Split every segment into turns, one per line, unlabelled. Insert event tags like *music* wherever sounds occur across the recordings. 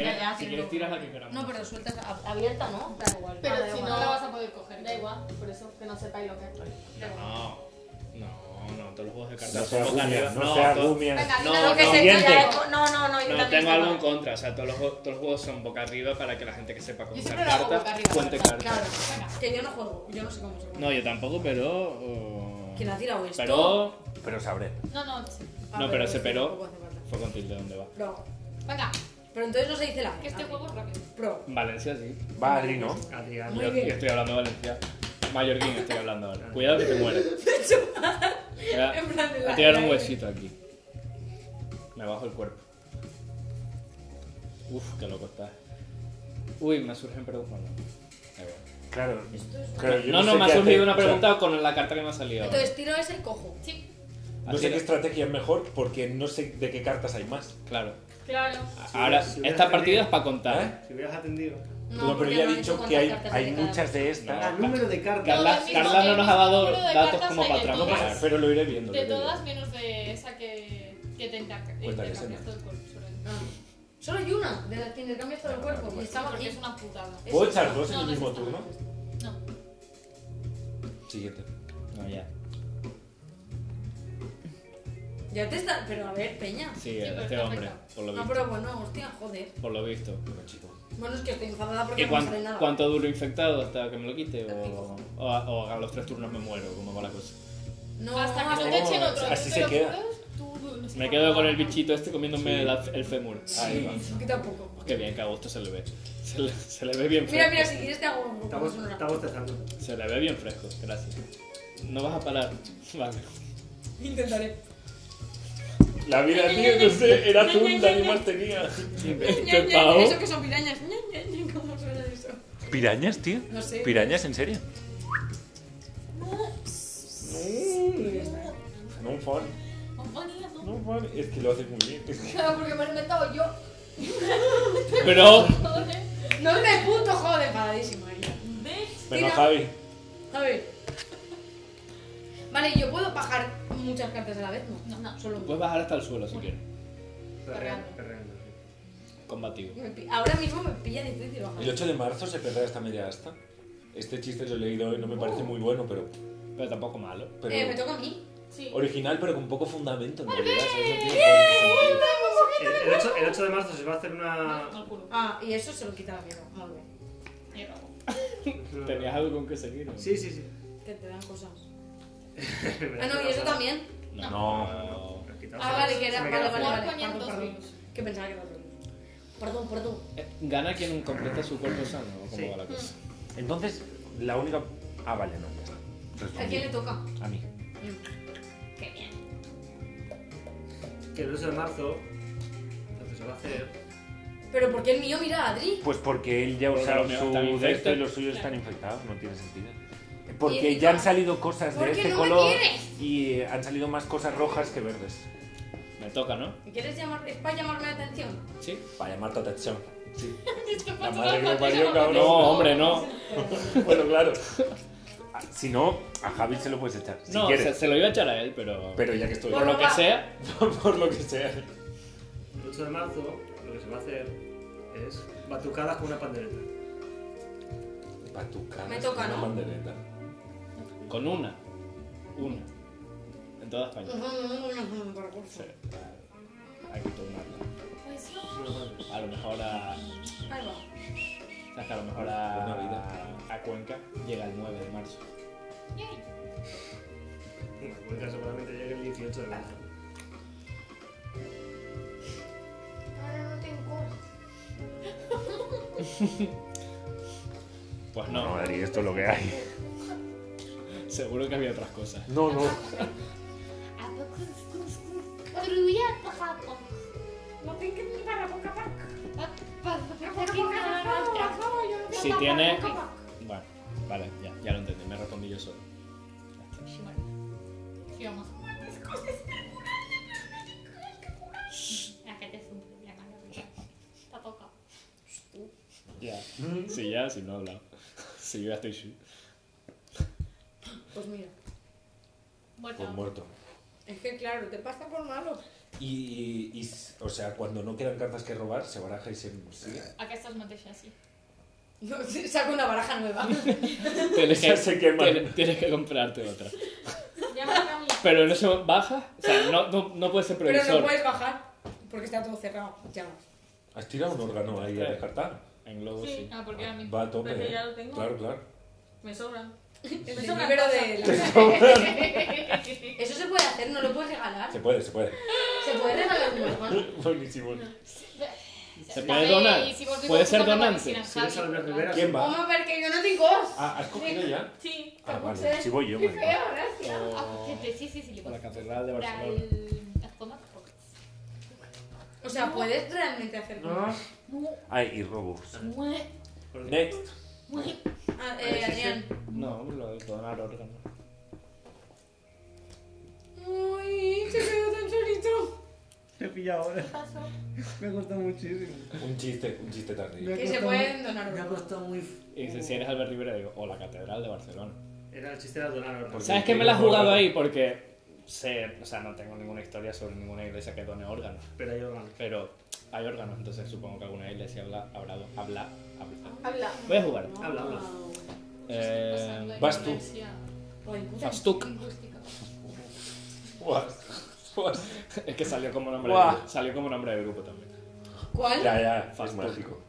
ya.
Si
pero-
quieres tiras la que queramos.
No, pero sueltas a- abierta, ¿no? Da igual.
Pero
Ah, da
si
igual.
no la vas
a...
a poder coger. Da igual, por eso, que no sepáis lo que es.
No, no, no, todos los juegos de cartas
No
son
seas
boca
gumia,
arriba.
no seas
todo-
gumia.
Venga,
No,
dime lo que
no,
se
miente.
calla.
No,
No,
no, no, yo también
tengo
estoy
algo en
mal.
contra, o sea, todos los, jue- todos los juegos son boca arriba para que la gente que sepa
Yo
contar
siempre lo hago boca
cartas
arriba.
cuente
la verdad.
cartas.
Claro, venga.
Que yo no juego, yo no sé cómo se juega.
No, yo tampoco, pero... oh,
¿Quién ha tirado esto?
Pero...
Pero sabré.
No, no, sí.
Ah,
No, pero ese
sí,
pero-
tampoco hace falta.
Fue con tilde, ¿dónde va?
Pro.
Venga,
Pero entonces no se dice la.
que este juego es rápido.
Pro.
Valencia, sí.
Va, Adri, ¿no?
Adrián,
Muy
yo,
bien.
yo estoy hablando de Valencia. Mallorquín estoy hablando ahora. Cuidado que
*laughs*
te mueres. Mira,
En plan de
Voy
la-
a tirar un
la-
huesito aquí. Me bajo el cuerpo. Uf, qué loco está. Uy, me surgen preguntas. Bueno, da igual.
Claro. claro, yo
No, no,
sé
me ha
qué
surgido
hacer,
una
o sea,
pregunta con la carta que me ha salido.
Entonces tiro ese y cojo.
Sí,
no sé
Así
qué
es.
estrategia es mejor porque no sé de qué cartas hay más.
Claro.
claro.
Ahora,
si hubiera
esta
tenido-
partida es para contar.
¿Eh?
Si hubieras atendido.
Como, pero
porque
ya
no
he
han
dicho
cuántas
que hay,
cartas
hay
de cada-
muchas de estas.
El número de cartas.
Carla,
el mismo-
Carla no
el
nos ha dado
mismo número de
datos
cartas
como
hay
para
de
atrás.
No
todas.
pasa, pero lo iré viendo. lo
De
iré viendo.
todas menos de esa que, que te interca-
Cuenta que se me-
intercambias todo el cuerpo. sobre todo.
Ah. Solo hay una de las que intercambias todo el cuerpo. Y
Sí,
estamos
porque
aquí.
es una putada.
Es-
¿Puedo echar dos en
No,
el
no
mismo
está mal.
turno?
No.
Siguiente.
No, ya.
Ya te está. Pero a ver, Peña.
Sí,
pero
este
está
hombre, por lo
No,
visto.
pero bueno, hostia, joder.
Por lo visto.
Bueno, chico.
Bueno, es que estoy enfadada porque
¿Y
no
cuán-
me sale nada.
cuánto duro infectado hasta que me lo quite?
Aquí
O,
cojo.
o a, o a los tres turnos me muero, como va la cosa.
No,
Hasta que no
no,
te echen otro.
así
¿tú
se
te lo
queda.
comes? Tú, no sé
Me
cómo.
quedo con el bichito este comiéndome la- el fémur.
Ahí va.
Que tampoco.
Qué bien que a gusto se le ve. Se le, se le ve bien fresco.
Mira, mira, si quieres te hago un
Estamos,
poco.
estamos testando.
Se le ve bien fresco, gracias. No vas a parar. *laughs* Vale.
Intentaré.
La
*laughs*
vida, tío, no sé, era azul, nadie más tenía.
Ña,
¿Qué
ña,
pavo?
Eso que son pirañas. Ña, ña, ña, ¿Cómo suena eso?
¿Pirañas, tío?
No sé.
¿Pirañas, en serio? No, un fun.
Compañía, ¿no?
No, un fun. Es que lo haces muy bien.
Claro, porque me lo he inventado yo.
Pero.
Joder.
No te puto jodo enfadadísimo, María.
Bitch.
Venga,
Tira.
Javi.
A ver. Vale, yo puedo bajar muchas cartas a la vez, ¿no?
No, no.
Solo
Puedes bajar hasta el suelo si quieres.
Perreando.
Perreando, sí.
Combativo.
Me pi- Ahora mismo me pilla difícil bajar.
El 8 de marzo se perderá esta media asta. Este chiste lo he leído hoy, no me parece muy bueno, pero.
Pero tampoco malo.
pero
Uh. Eh, me toca a mí.
Sí.
Original, pero con poco fundamento, en realidad. ¿sabes? No tiene sentido.
El, el 8, el 8 de marzo se va a hacer una.
*laughs*
Al culo.
Ah, y eso se lo quita la mierda. Muy bien.
Mierda.
una-
Tenías algo con que seguir. ¿no?
Sí, *laughs* sí, sí.
Que te dan cosas.
Me
Ah, no, y eso también.
No.
No.
Lo he quitado.
Ah, vale, que era.
Se me
Vale, vale,
queda fuera.
vale.
Ponían
Perdón,
dos
*laughs* perdón.
virus.
Que pensaba que era otro. Perdón, perdón.
Eh, Gana quien completa su cuerpo sano, ¿o cómo
Sí.
va la cosa?
Entonces, la única. Ah, vale, no. ya está.
¿A quién le
Resumido.
toca? Mm.
A mí.
Qué bien.
Que el 8 de marzo. Entonces se va a hacer.
Pero porque el mío mira a Adri.
Pues porque él ya ha
Porque
usado
los míos están
su de esto y
infectos.
los suyos están infectados, no tiene sentido.
Y
Porque
encima-
ya han salido cosas de
Porque
este
no me
color
quieres.
y eh, han salido más cosas rojas que verdes.
Mm.
Me toca, ¿no?
¿Me quieres llamar? ¿Es para llamarme la atención?
Sí.
Para llamar tu atención. Pues Sí.
Esto fue
La
toda
madre que me
la
parió,
pandemia.
cabrón.
No, hombre,
*laughs*
no.
Pues,
*laughs* bueno, claro. Ah, Si no, a Javi se lo puedes echar, si
No, se,
quieres.
se lo iba a echar a él, pero.
Pero ya que estoy,
Por lo que sea,
*laughs* por lo que sea.
El 8 de marzo lo que se va a hacer es batucadas con una pandereta.
Batucadas
Me toca,
con una
¿no?
Pandereta.
con una. Una. En toda España. Sí. Hay que tomarla.
Pues no.
A lo mejor a.
Ahí va.
Sabes que a lo mejor a,
Buena vida.
a Cuenca llega el 9 de marzo.
Yay.
Bueno, Cuenca seguramente llegue el 18 de marzo.
Pues
No,
no,
Adri, esto es lo que hay.
seguro que había otras cosas.
No, no.
Si tiene. Bueno, vale, ya, ya lo entendí, me respondí yo solo. Ya. Si ya, si no he hablado. *laughs* Si yo ya estoy.
*laughs*
su-
Pues mira.
Pues muerto.
Es que claro, te pasa por malo.
Y, y- o sea, cuando no quedan cartas que robar, se baraja y se sigue.
Aquestes mateixes, sí.
Yo *laughs* saco una baraja nueva.
Tienes que,
Ya se queman.
tienes- tienes que comprarte otra.
Ja m'ha
*laughs*
canviat.
Pero en eso baja, o sea, no, no, no puedes ser
Pero no
previsor.
puedes bajar porque está todo cerrado. Ya.
¿Has tirado un órgano ahí a descartar?
En globo Pues sí.
Sí, ah, porque era mi.
Va a tope.
Porque
¿eh?
ya lo tengo.
Claro, claro.
Me sobran.
El
Eso me
primero
pasa.
de la- Eso se puede hacer, no lo puedes regalar.
Se puede, se
*laughs*
puede.
Se puede regalar un órgano.
Buenísimo.
*laughs* Se puede donar. Puede ser donante.
Si eres Albert Rivera,
¿Quién va?
Vamos a ver que yo no tengo.
Ah, ¿Has cogido ya?
Sí.
Ah, vale.
Ustedes-
Si voy yo,
Qué
*laughs*
me digo.
feo, gracias.
O
Ah, Sí, sí, sí, li
la
pots
catedral de
comprar
Barcelona.
el... Es coma?
O sea, puedes realmente hacer.
No.
No.
Ay, y robo.
Mue.
Next.
Mue.
Ah, eh, Adrián.
No, lo de donar órganos.
Uy, se quedó tan solito.
Te he pillado ahora. *laughs*
Paso.
Me ha costado muchísimo.
Un chiste, un chiste
Me ha
tarde.
Que se
costado-
pueden donar
Me ha
órganos.
costado muy.
Y dice, si eres Albert Rivera, digo, o la catedral de Barcelona.
Era el chiste de Adonar ahora.
Por
¿Sabes
Sí,
que me la he jugado
órgano.
ahí? Porque sé, o sea, no tengo ninguna historia sobre ninguna iglesia que done órganos.
Pero hay órgano.
Pero hay órganos, entonces supongo que alguna iglesia habla, habrá, habla, habla.
Habla.
Voy a jugar.
Habla, habla.
Ah,
Eh,
vas tú.
Pues
Bastuk.
Buah. Buah.
Es que salió como nombre de
Guau.
grupo. Salió como nombre de grupo también.
¿Cuál?
Ya, ya, es
Fast
mágico.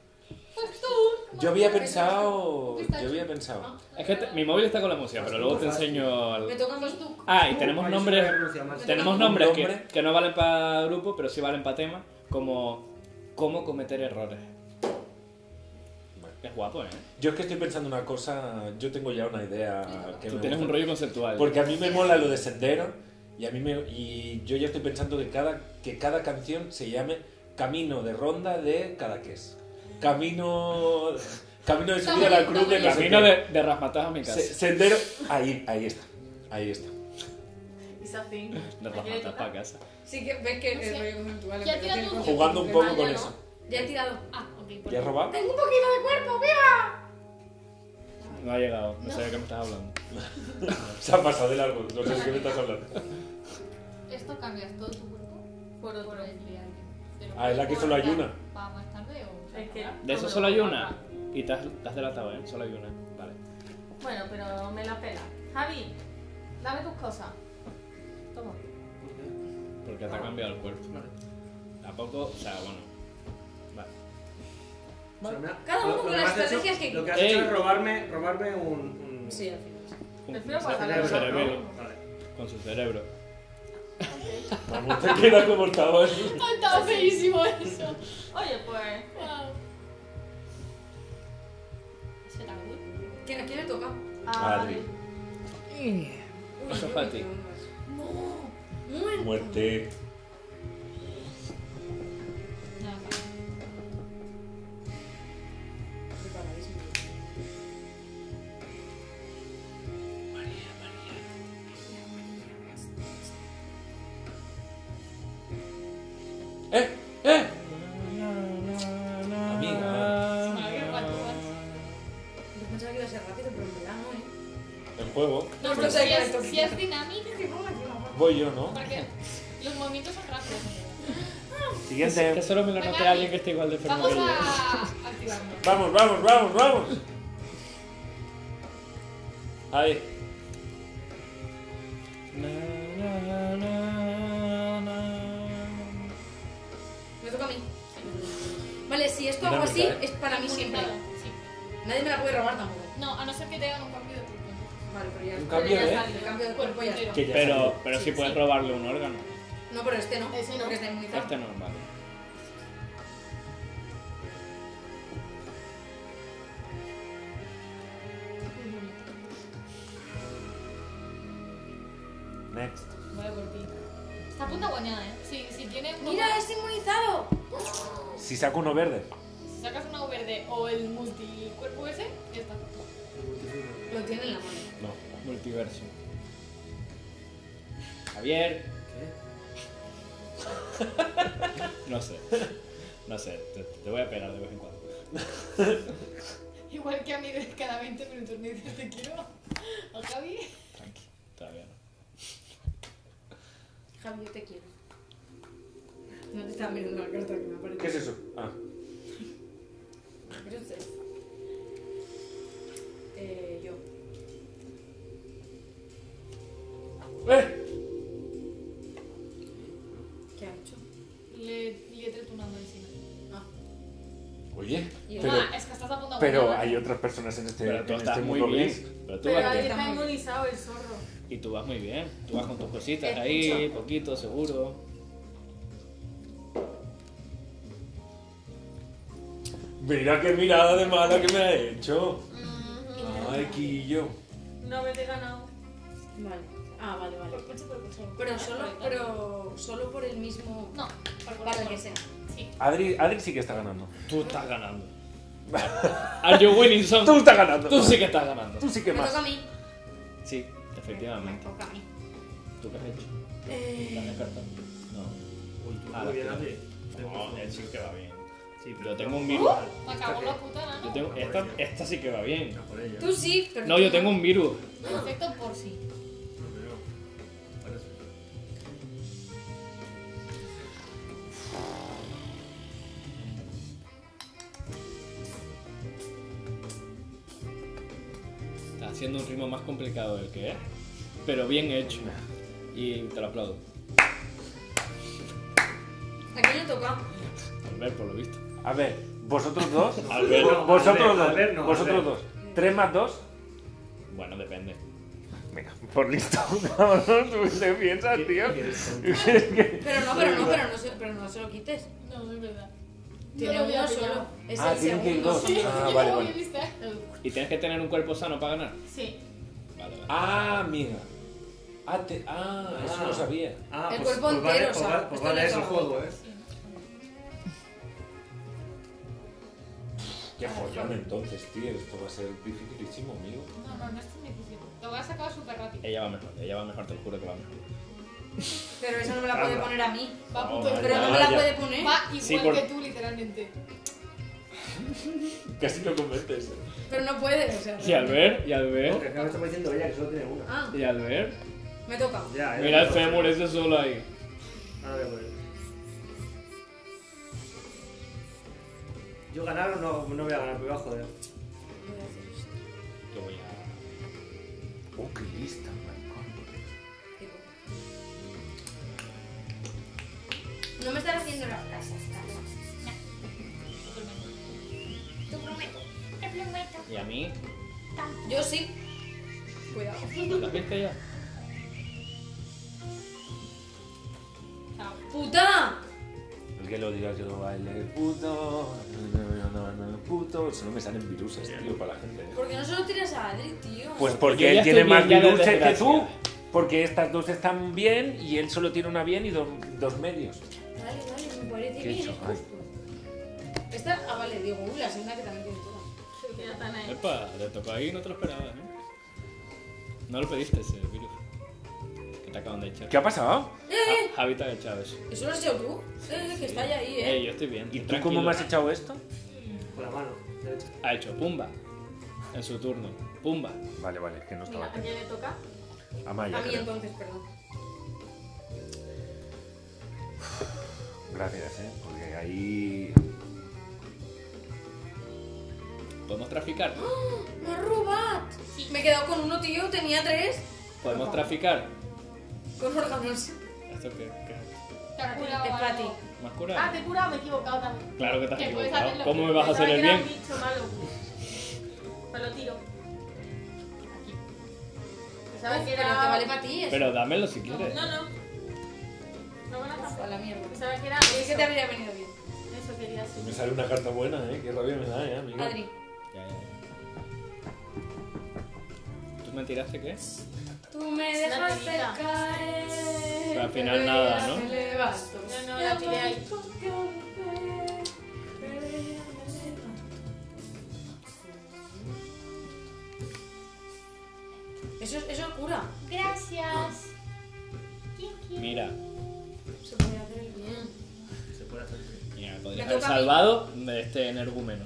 Yo había pensado. Yo había
Ah.
pensado.
Es que te- mi móvil está con la música, pero luego te enseño...
Me
el-
tocan Bastuk.
Ah, y tenemos
Ahí
nombres...
se pronuncia más.
Tenemos nombres que,
nombre.
que no valen para grupo, pero sí valen para tema, como cómo cometer errores.
Bueno.
Es guapo, ¿eh?
Yo es que estoy pensando una cosa. Yo tengo ya una idea. Que
Tú
me
tienes
gusta.
un rollo conceptual.
Porque a mí me mola lo de sendero y a mí me, y yo ya estoy pensando que cada que cada canción se llame Camino de Ronda de Cadaqués. Camino Camino de subida a la cruz de no sé
Camino
qué.
de, de rasmatas a mi casa.
Se- sendero ahí ahí está. Ahí está.
De rasmatas para casa.
Sí que ves que
No
el
sé.
rollo conceptual.
Ya he tirado
el
un-
concepto
Jugando un
de
poco
mal,
con
¿no?
eso.
Ya he tirado.
Ah, ok. por
¿Ya has
favor.
robado?
Tengo un poquito de cuerpo, viva.
No ha llegado, no, sé de qué me estás hablando.
Se ha pasado de largo, no sé de qué me estás hablando.
Esto cambias todo tu cuerpo por otro día.
Ah, es la que solo hay una.
¿Para más tarde o...?
Es que-
De eso
Hombre,
solo hay
guapa.
una. Y te has, te has delatado, ¿eh? Solo hay una. Vale.
Bueno, pero me la pela. Javi, dame tus cosas. Toma.
Porque te ha cambiado el cuerpo.
Vale.
Tampoco, o sea, bueno. Vale.
O sea, me ha-
Cada uno
lo-
con
lo
las
me has hecho-
estrategias que-
Lo que has
Ey.
hecho es robarme, robarme un. un-
Sí, al final.
Prefiero
Con-
guardar
con su
el
cerebelo.
¿no? Vale.
Con su cerebro.
Vamos, te queda como estaba.
Estaba feísimo eso.
Oye, pues.
Wow. Eso era good.
¿Quién- ¿A quién le toca?
ah,
Madre.
Uy,
Eso
yo
para
me
ti.
quedo más. No. Muerto.
Muerte.
No, no.
¡Eh! ¡Eh! Amiga,
A ver, ¿cuánto vas?
Yo pensaba que iba a ser rápido, pero en verdad no, ¿eh?
el juego.
No,
Pero
pero
sí
si
hay
es,
cuarto.
si es dinámico,
Voy yo, ¿no?
porque los movimientos son rápidos.
Es que
Siguiente.
solo me lo noté
Venga,
a alguien que está igual de enfermo
Vamos
que yo.
a activarlo.
Vamos, vamos, vamos, vamos. Ahí.
Me toca a mí. Vale, si esto hago
Dinámica,
así,
¿eh?
es para mí siempre.
Sí.
Nadie me la puede robar tampoco.
No, a no ser que te hagan un cambio de cuerpo.
Vale, pero ya.
Un cambio, ¿eh?
El cambio de cuerpo ya está.
entero.
Que ya
Pero,
salió.
pero sí puedes robarle un órgano.
No, pero este no.
Ese no.
Porque está inmunizado.
Este no, vale.
Next.
Voy a por ti. Está a punto guañada, ¿eh? Sí, si tiene un
¡Mira, es inmunizado!
Si saco uno verde.
Si sacas una U verde o el multicuerpo ese, ya está.
Lo tiene en la mano.
No.
Multiverso. Javier. No sé. No sé. Te, te voy a pegar de vez en cuando.
Igual que a mí de cada 20 minutos me dices te quiero. ¿A Javi?
Tranqui. Todavía no.
Javi, yo te quiero. No te están mirando la carta que me aparece.
¿Qué es eso? Ah,
Entonces, eh, yo.
¡Eh!
¿Qué ha hecho?
Le, le he triturado encima.
Oye,
Y
pero,
Ah, es que estás apuntando.
Pero hay otras personas en este,
Pero tú
en
estás
este
muy
mundo
bien.
gris.
Pero tú
Pero
vas
ahí
bien.
está inmunizado el zorro.
Y tú vas muy bien. Tú vas con tus cositas ahí,
Escucha.
poquito, seguro.
mira qué mirada de mala que me ha hecho. Ay, Quillo.
No me te he ganado.
Vale. Ah, vale, vale. Pero
Pero
solo, pero solo por el mismo.
Ah, No, por
Para
el
que sea.
Sí.
Adri, Adri sí que está ganando.
Tú estás ganando. Are you winning son?
Tú estás ganando.
Tú sí que estás ganando.
Tú sí que
Me
más.
toca a mí.
Sí,
Me
efectivamente.
toca a mí.
¿Tú qué has hecho? ¿La
Eh,
carta? No.
Uy, tú
Ah,
muy bien,
la-
Adri.
No, él sí que va bien.
Sí,
Yo tengo
Uh,
un virus.
Ah,
Me acabó la puta,
Yo
¿no?
tengo, esta, esta sí que va bien.
por ella.
Tú sí, pero.
No,
tú
yo tengo un virus.
Perfecto por sí.
No, pero no. Parece.
Está haciendo un ritmo más complicado del que es. Pero bien hecho. Y te lo aplaudo.
¿A quién le toca?
Al ver, por lo visto.
A ver, vosotros dos.
Al ver.
No,
vosotros
Albert,
dos.
Albert no,
vosotros
Albert.
dos. Tres más dos.
Bueno, depende.
Venga, por listo. *laughs* No, no, tú te
Ah,
piensas, tío.
*laughs* Pero no, pero no, pero no se, pero no se lo quites.
No, es verdad.
Tiene
No lo voy a
uno
pillar.
solo. Es
Ah,
el
tiene que ir
segundo.
dos.
sí.
Ah, vale,
Yo no voy a
vale.
visitar.
¿Y tienes que tener un cuerpo sano para ganar?
Sí.
Vale, vale.
Ah, mira. Ah, te- ah, eso no sabía.
Ah,
El
pues-
cuerpo
pues vale,
entero,
pues
o sea,
vale- pues
está
vale,
en
es el
todo.
juego, ¿eh?
Qué follón entonces, tío. Esto va a ser dificilísimo, amigo.
No, no, no es tan difícil. Lo voy a sacar súper rápido.
Ella va mejor, ella va mejor, te lo juro que va mejor.
Pero eso no me la puede poner a mí.
Va a
No,
punto
Pero no
vale,
me la
vaya.
puede poner.
Va igual
Sí, por-
que tú, literalmente.
Casi lo convences.
Pero no puede. O sea,
Y al ver, y al
No,
ver,
que acá me está diciendo ella que solo tiene una.
Ah,
y al ver.
me toca.
Ya, eh,
Mira el
pero-
fémur ese solo ahí.
Ahora voy a poner. Yo ganar o no, no voy a ganar, me voy a joder.
Yo voy a.
Oh, qué lista, maricón.
No me estás haciendo las casas.
Te prometo, te prometo.
¿Y a mí?
Yo sí. Cuidado.
¿La viste ya?
Chao.
¡Puta!
El que lo diga que lo baile, puto. No, no, no, no, puto. Si no me salen viruses, tío, para la gente.
¿Por qué no se lo tiras a Adri, tío?
Pues
Yo
porque
ya
él tiene
estoy
más
bien, ya
viruses
desde
que tú.
gracia.
Porque estas dos están bien y él solo tiene una bien y dos, dos medios.
Vale, vale, me parece
Qué
bien, es
chaval.
justo. Esta, ah, vale, digo, uy, la segunda que también tiene toda.
Ya están ahí.
Epa, te tocó ahí, no te lo esperabas, ¿eh? No lo pediste ese virus. Que te acaban de echar.
¿Qué ha pasado?
Ah.
¡Eh!
Ha- Habita de Chávez.
¿Eso lo has hecho tú? Eh, que está ya ahí,
Eh,
eh.
yo estoy bien.
¿Y tú
tranquilo.
cómo me has echado esto?
Con la mano, derecha.
Ha hecho Pumba. En su turno. Pumba.
Vale, vale, que no estaba
Mira, ¿a quién le toca?
A
A
Maya,
mí
creo.
entonces, perdón.
Gracias, ¿eh? Porque ahí...
Podemos traficar.
¡Me has robado! Me he quedado con uno, tío, tenía tres.
Podemos traficar.
Con órganos.
Esto que. que-
Te has curado
Es para
algo.
ti.
¿Más
Ah,
curado?
te he curado, me he equivocado también.
Claro que te has
Que puedes
equivocado.
hacerlo.
¿Cómo me vas a hacer el
Pensaba que
bien?
era un bicho malo. Me lo tiro. Aquí. Pensaba
Uf,
que
Pero que
era...
vale para ti, es
Pero dámelo si quieres.
No, no. No me la
Uf, a
tapo.
la mierda.
Pensaba que era
Es que
eso.
te habría venido bien.
Eso quería
Si
decir.
me sale una carta buena, ¿eh? Qué rabia me da, ¿eh, amigo?
Adri,
Ya, ya, ya. ¿Tú me tiraste qué?
tú me
Es una
dejaste
tirita.
caer.
Pero al final
pero
nada,
ya
¿no?
me levanto.
No, no, la tiré ahí.
Eso, eso cura.
Gracias. ¿Quién quiere?
Mira,
Se puede hacer el bien.
Mm.
Se puede hacer.
mira,
Me
podría haber
toca a mí.
salvado de este energúmeno.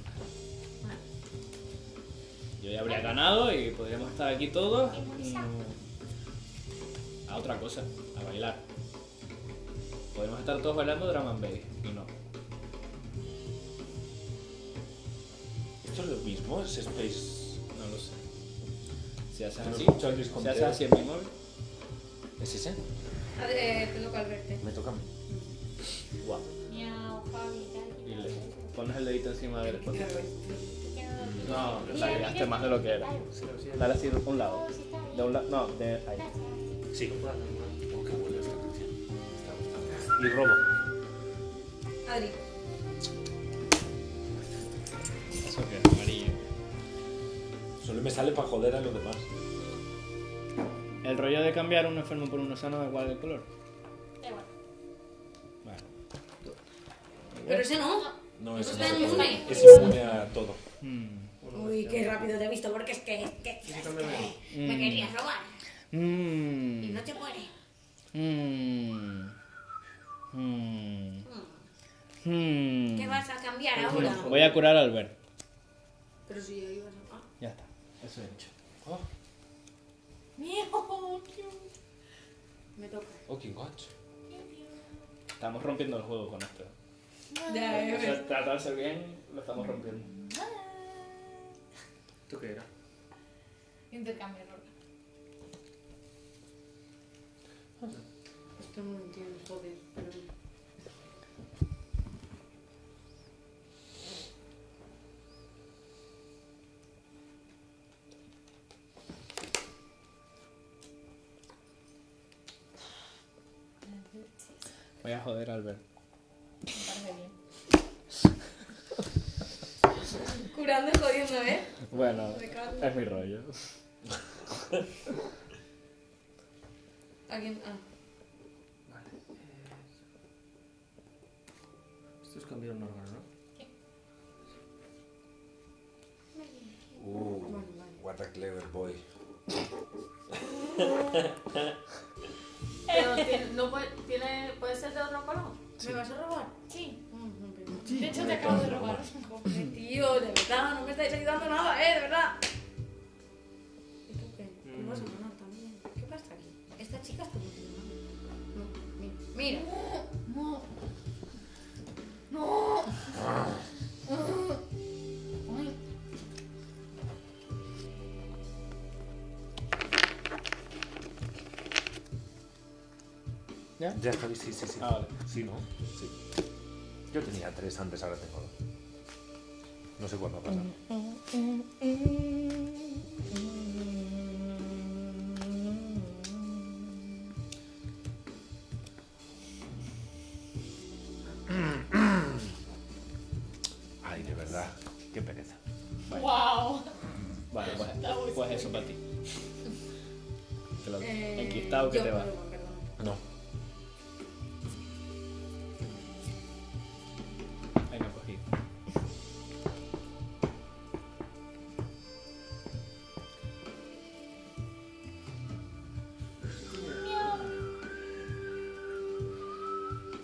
Yo ya habría ganado y podríamos estar aquí todos. mm, A otra cosa, a bailar. Podemos estar todos bailando Drum and Bass. Y no.
¿Esto es lo mismo? ¿Es Space?
No lo sé. Si haces
No he
así,
escuchado el disco
si haces
entero.
así en mi móvil,
¿Es ese?
A ver, eh, te toca al verte.
Me toca a mí.
guau.
Miau, Javi,
Y le pones el dedito encima del Spotify.
No,
No, la guiaste más de lo que era.
Sí, sí,
Dale así de un
oh,
lado. De un lado. No, de ahí.
Sí.
normal, normal.
Oh, qué buena esta canción. Está gustando. Y robo.
Adri.
Eso que es amarillo.
Solo me sale para joder a los demás.
El rollo de cambiar un enfermo por uno sano da igual el color. Bueno.
Pero ese no.
¿Eh?
No, eso no
Está
se
en
puede.
Mumbai.
Es inmune a todo.
Mm.
Bueno,
Uy,
ya.
qué rápido te he visto, porque es que, es que, es que me
Mm.
querías robar y
Mm.
no te puede.
Mm. Mm. Mm.
¿Qué vas a cambiar
Pero
ahora?
bueno,
Voy a curar a Albert.
Pero si yo iba a Ah, robar.
Ya está. Eso es hecho.
Miau, qué-
Me toca.
Oh, King Watch.
Estamos rompiendo el juego con esto.
Ya,
O sea, tratar de ser bien, lo estamos rompiendo.
¿Tú qué era?
Intercambio, Lorna.
Esto no lo entiendo, joder. Pero...
Voy a joder a Albert.
me parece bien.
Curando y jodiendo, ¿eh?
Bueno,
Me cago.
es mi rollo.
Alguien. Ah.
Vale. Esto es cambiar un órgano, ¿no?
Uh,
Bueno, vale.
what a clever boy.
Pero tiene, no puede, tiene, puede ser de otro color.
¿Me vas a robar?
Sí.
Mm, no, pero-
De hecho, te acabo de robar.
Joder, tío, de verdad, no me estáis ayudando nada, ¿eh? De verdad. ¿Y tú qué? ¿Tú
Mm.
vas a ganar también? ¿Qué pasa aquí? Esta chica está muy No, mira. Mira.
No. No. Ay.
Ya está, sí, sí, sí.
Ah, vale.
Sí, ¿no? Sí. Yo tenía tres antes, ahora tengo dos. No sé cuándo ha pasado. Ay, de verdad. Qué pereza.
Wow.
Vale, pues, pues eso para ti. Te lo
Eh,
enquistado que
yo
te va.
pruebo, perdón.
No.
Ahí me cogí.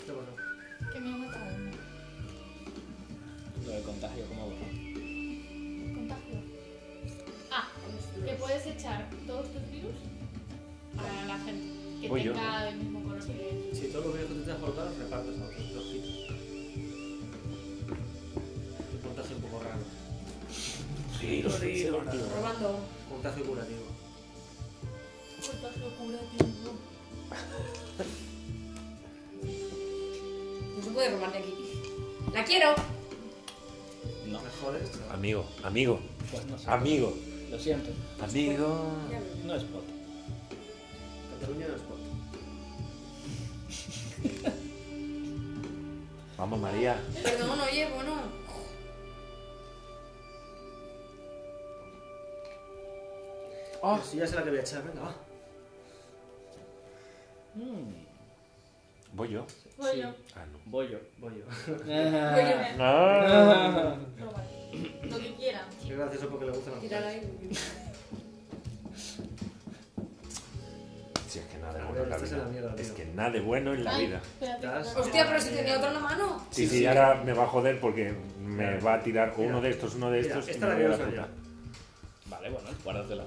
Qué bueno.
Que me ha matado.
Lo del contagio, ¿cómo va?
Contagio. Ah, que puedes echar todos tus virus a la gente que
Voy yo,
tenga el mismo color que ellos.
Si todos los viejos te traes cortados, repartes a otros dos giros. Un contagio un poco raro.
Giro, giro,
Robando.
Contagio curativo.
Contagio curativo.
No se puede robar de aquí. ¡La quiero!
No,
¿Me jodes? No.
Amigo, amigo,
pues no sé.
amigo,
Lo siento.
amigo.
Ya veo.
No es pot.
Cataluña no es cuatro.
Vamos, María.
Perdón, oye, bueno.
Ah, sí, ya sé la que voy a echar, venga, va.
Mm,
Voy yo.
Voy
Sí.
yo.
Ah, no.
voy yo.
*laughs* Voy yo.
Ah,
Robar. Lo que quiera.
Qué gracioso porque le gustan las
Tirar
mujeres.
ahí.
Si es que nada de
Ah,
bueno en la
estás en la
vida.
mierda,
Es
tío.
que nada de bueno en la
Ay,
vida.
espérate.
Das-
Hostia, pero si tenía otra en la mano.
Sí, sí, ahora me va a joder porque me
Claro.
va a tirar o uno
Mira.
de estos, uno de
Mira,
estos y
esta
me
la
voy a la
quiero usar
puta.
Vale, bueno, guárdatela.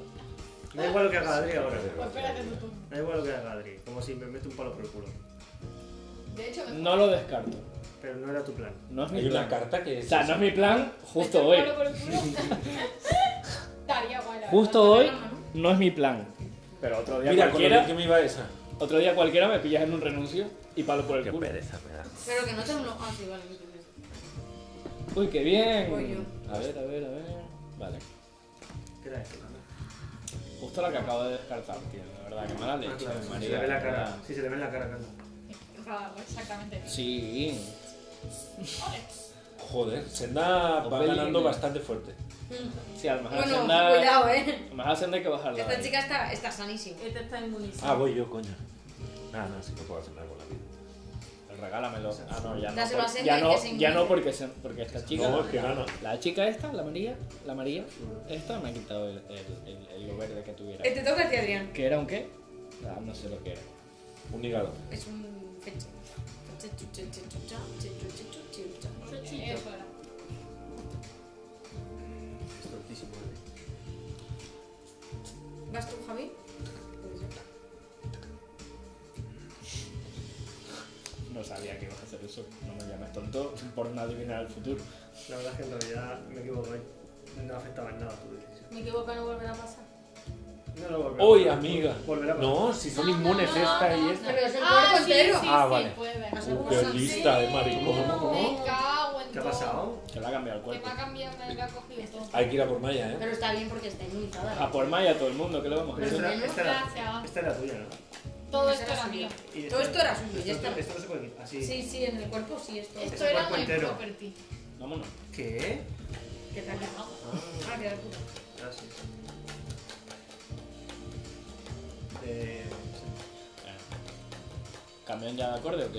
Da igual lo que haga Adri ahora.
Pues espérate tu turno.
Da igual lo que haga Adri. Como si me mete un palo por el culo.
De hecho, me
No lo descarto.
Pero no era tu plan.
No es mi
Hay una
plan.
carta que
O
es
sea, no es mi plan
Este
justo hoy.
*laughs* Estaría guay. la
Justo hoy
verdad.
no es mi plan. Pero otro día
Mira, con lo
cualquiera,
bien que me iba esa.
otro día cualquiera me pillas en un renuncio y palo por el
Qué
culo.
pereza me da.
Pero que no te lo. Ah, sí, vale, no te preocupes.
Uy, qué
Voy
bien.
yo.
A ver, a ver, a ver. Vale.
¿Qué era eso?
Justo la que acabo de descartar, tío. La verdad, que mala leche.
Ah, claro, si se
María,
le ve
de
la
verdad.
cara. Si se le ve en la cara, claro.
Ah, Exactamente.
Sí.
Joder, Senda va
Ofelia,
ganando
mira.
bastante fuerte.
Sí, a lo mejor
Bueno,
Senda-
cuidado, eh.
a lo mejor Senda hay que bajarla.
Esta chica está, está sanísima. Eh,
Este está inmunizado.
Ah, voy yo, coño. Ah, no, sí que puedo hacer nada con la vida.
Regálamelo. Ah, no, ya no.
Dáselo a
por-
Senda
ya
y
no,
que se
ya no
inmune.
porque, se- porque esta chica.
No, es que gana.
La chica esta, la amarilla, la amarilla, esta me ha quitado el, el, el- el lo verde que tuviera.
Eh, Te toca a ti, Adrián.
¿Qué era un qué? Ah, no sé lo que era.
Un hígado.
Es un feche. Feche, chuche, chuche, chucha, chuche, chuche, chucha.
Eso era.
Es tortísimo. ¿eh?
¿Vas tú, Javi?
No sabía que ibas a hacer eso. No me llames tonto por no adivinar el futuro.
La verdad es que en realidad me equivoco ahí. No afectaba en nada tu decisión.
Me equivoco, no volverá a pasar.
No lo volverá.
Uy, amiga.
Volverá a pasar.
No, si son inmunes esta y esta.
Pero es el
Ah,
cuerpo
sí,
entero.
sí,
Ah,
sí,
vale.
puede.
O sea,
Uh,
¿cómo
qué
son?
lista de
Me
maricón.
cago en todo.
¿Qué ha pasado?
Se lo ha cambiado el
Que me
cuerpo.
ha cambiado, me lo ha cogido todo.
Hay que ir a por Maya, ¿eh?
Pero está bien porque está inmunizada.
A por Maya todo el mundo, ¿qué le vamos a
Pero
hacer?
esta, esta, era,
Gracias.
esta era tuya, ¿no?
Todo
Esa
esto
era
era
suya.
mío.
Y
Todo esto era suyo, ya
Esto,
está.
esto no se puede quitar. Así.
Sí, sí, en el cuerpo sí, esto.
Esto
el
era
cuerpo
my
entero.
property.
Vámonos.
¿Qué?
¿Qué tal? Ah, qué de puta.
Ah, sí. Eh, sí.
Eh. ¿Cambian ya de acorde o qué?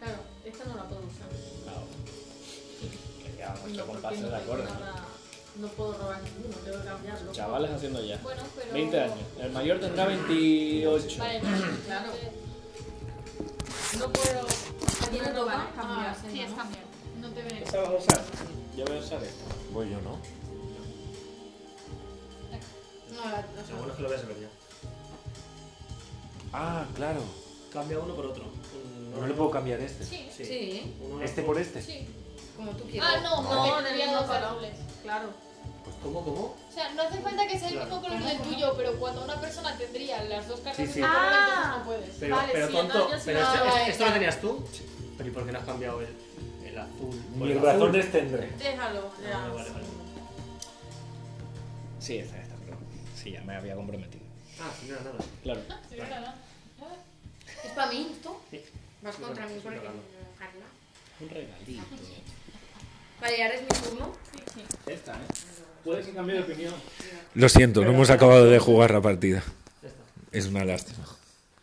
Claro, esta no la puedo usar.
No. Que ya,
Pues
nuestro
No,
compás
porque
es
no
de
tengo
acorde.
nada- No puedo robar ninguno, tengo que cambiarlo.
Chavales haciendo ya.
Bueno, pero.
20 años. El mayor tendrá 28.
Vale, pero-
Claro.
No puedo.
Tiene
no puedo-
robar,
Ah,
cambiarse,
sí, es
¿no?
cambiar. No te veré.
¿Esa vas a usar? Yo voy a usar esta.
Voy yo, ¿no?
No, la, o sea,
Lo bueno es que lo voy a saber ya.
Ah, claro.
Cambia uno por otro.
No le puedo cambiar este.
Sí.
Sí.
sí,
Uno
Este por este.
Sí.
como tú
Ah,
quieras.
no,
No,
porque
del
tendría
mismo
dos
color.
árboles.
Claro.
Pues, ¿Cómo, cómo?
O sea, no hace falta que sea el mismo color que el tuyo, pero cuando una persona tendría las dos cartas
Sí, sí.
del mismo color,
Ah.
entonces no puedes.
Pero,
Vale,
pero
sí,
tonto,
no, yo sí
pero
lo
este-
hago,
este-
eh,
¿esto lo
claro.
tenías tú? Sí. Pero ¿y por qué no has cambiado el, el azul? Por
Mis
el este. azul.
este.
razones tendré.
Déjalo. ya.
Ah, vale, vale.
Sí, esa esta, pero. Sí, ya me había comprometido.
Ah, sí, nada, nada.
Claro.
Ah.
Sí, verdad, ¿no?
¿Es para mí esto?
Sí.
Vas
Sí,
contra
bueno,
mí
sí,
porque...
claro.
Carla.
Un regalito.
Vale, ahora es mi turno.
Esta, ¿eh? Puede que cambie de opinión.
Lo siento, no hemos acabado de jugar la partida.
Ya está.
Es una lástima.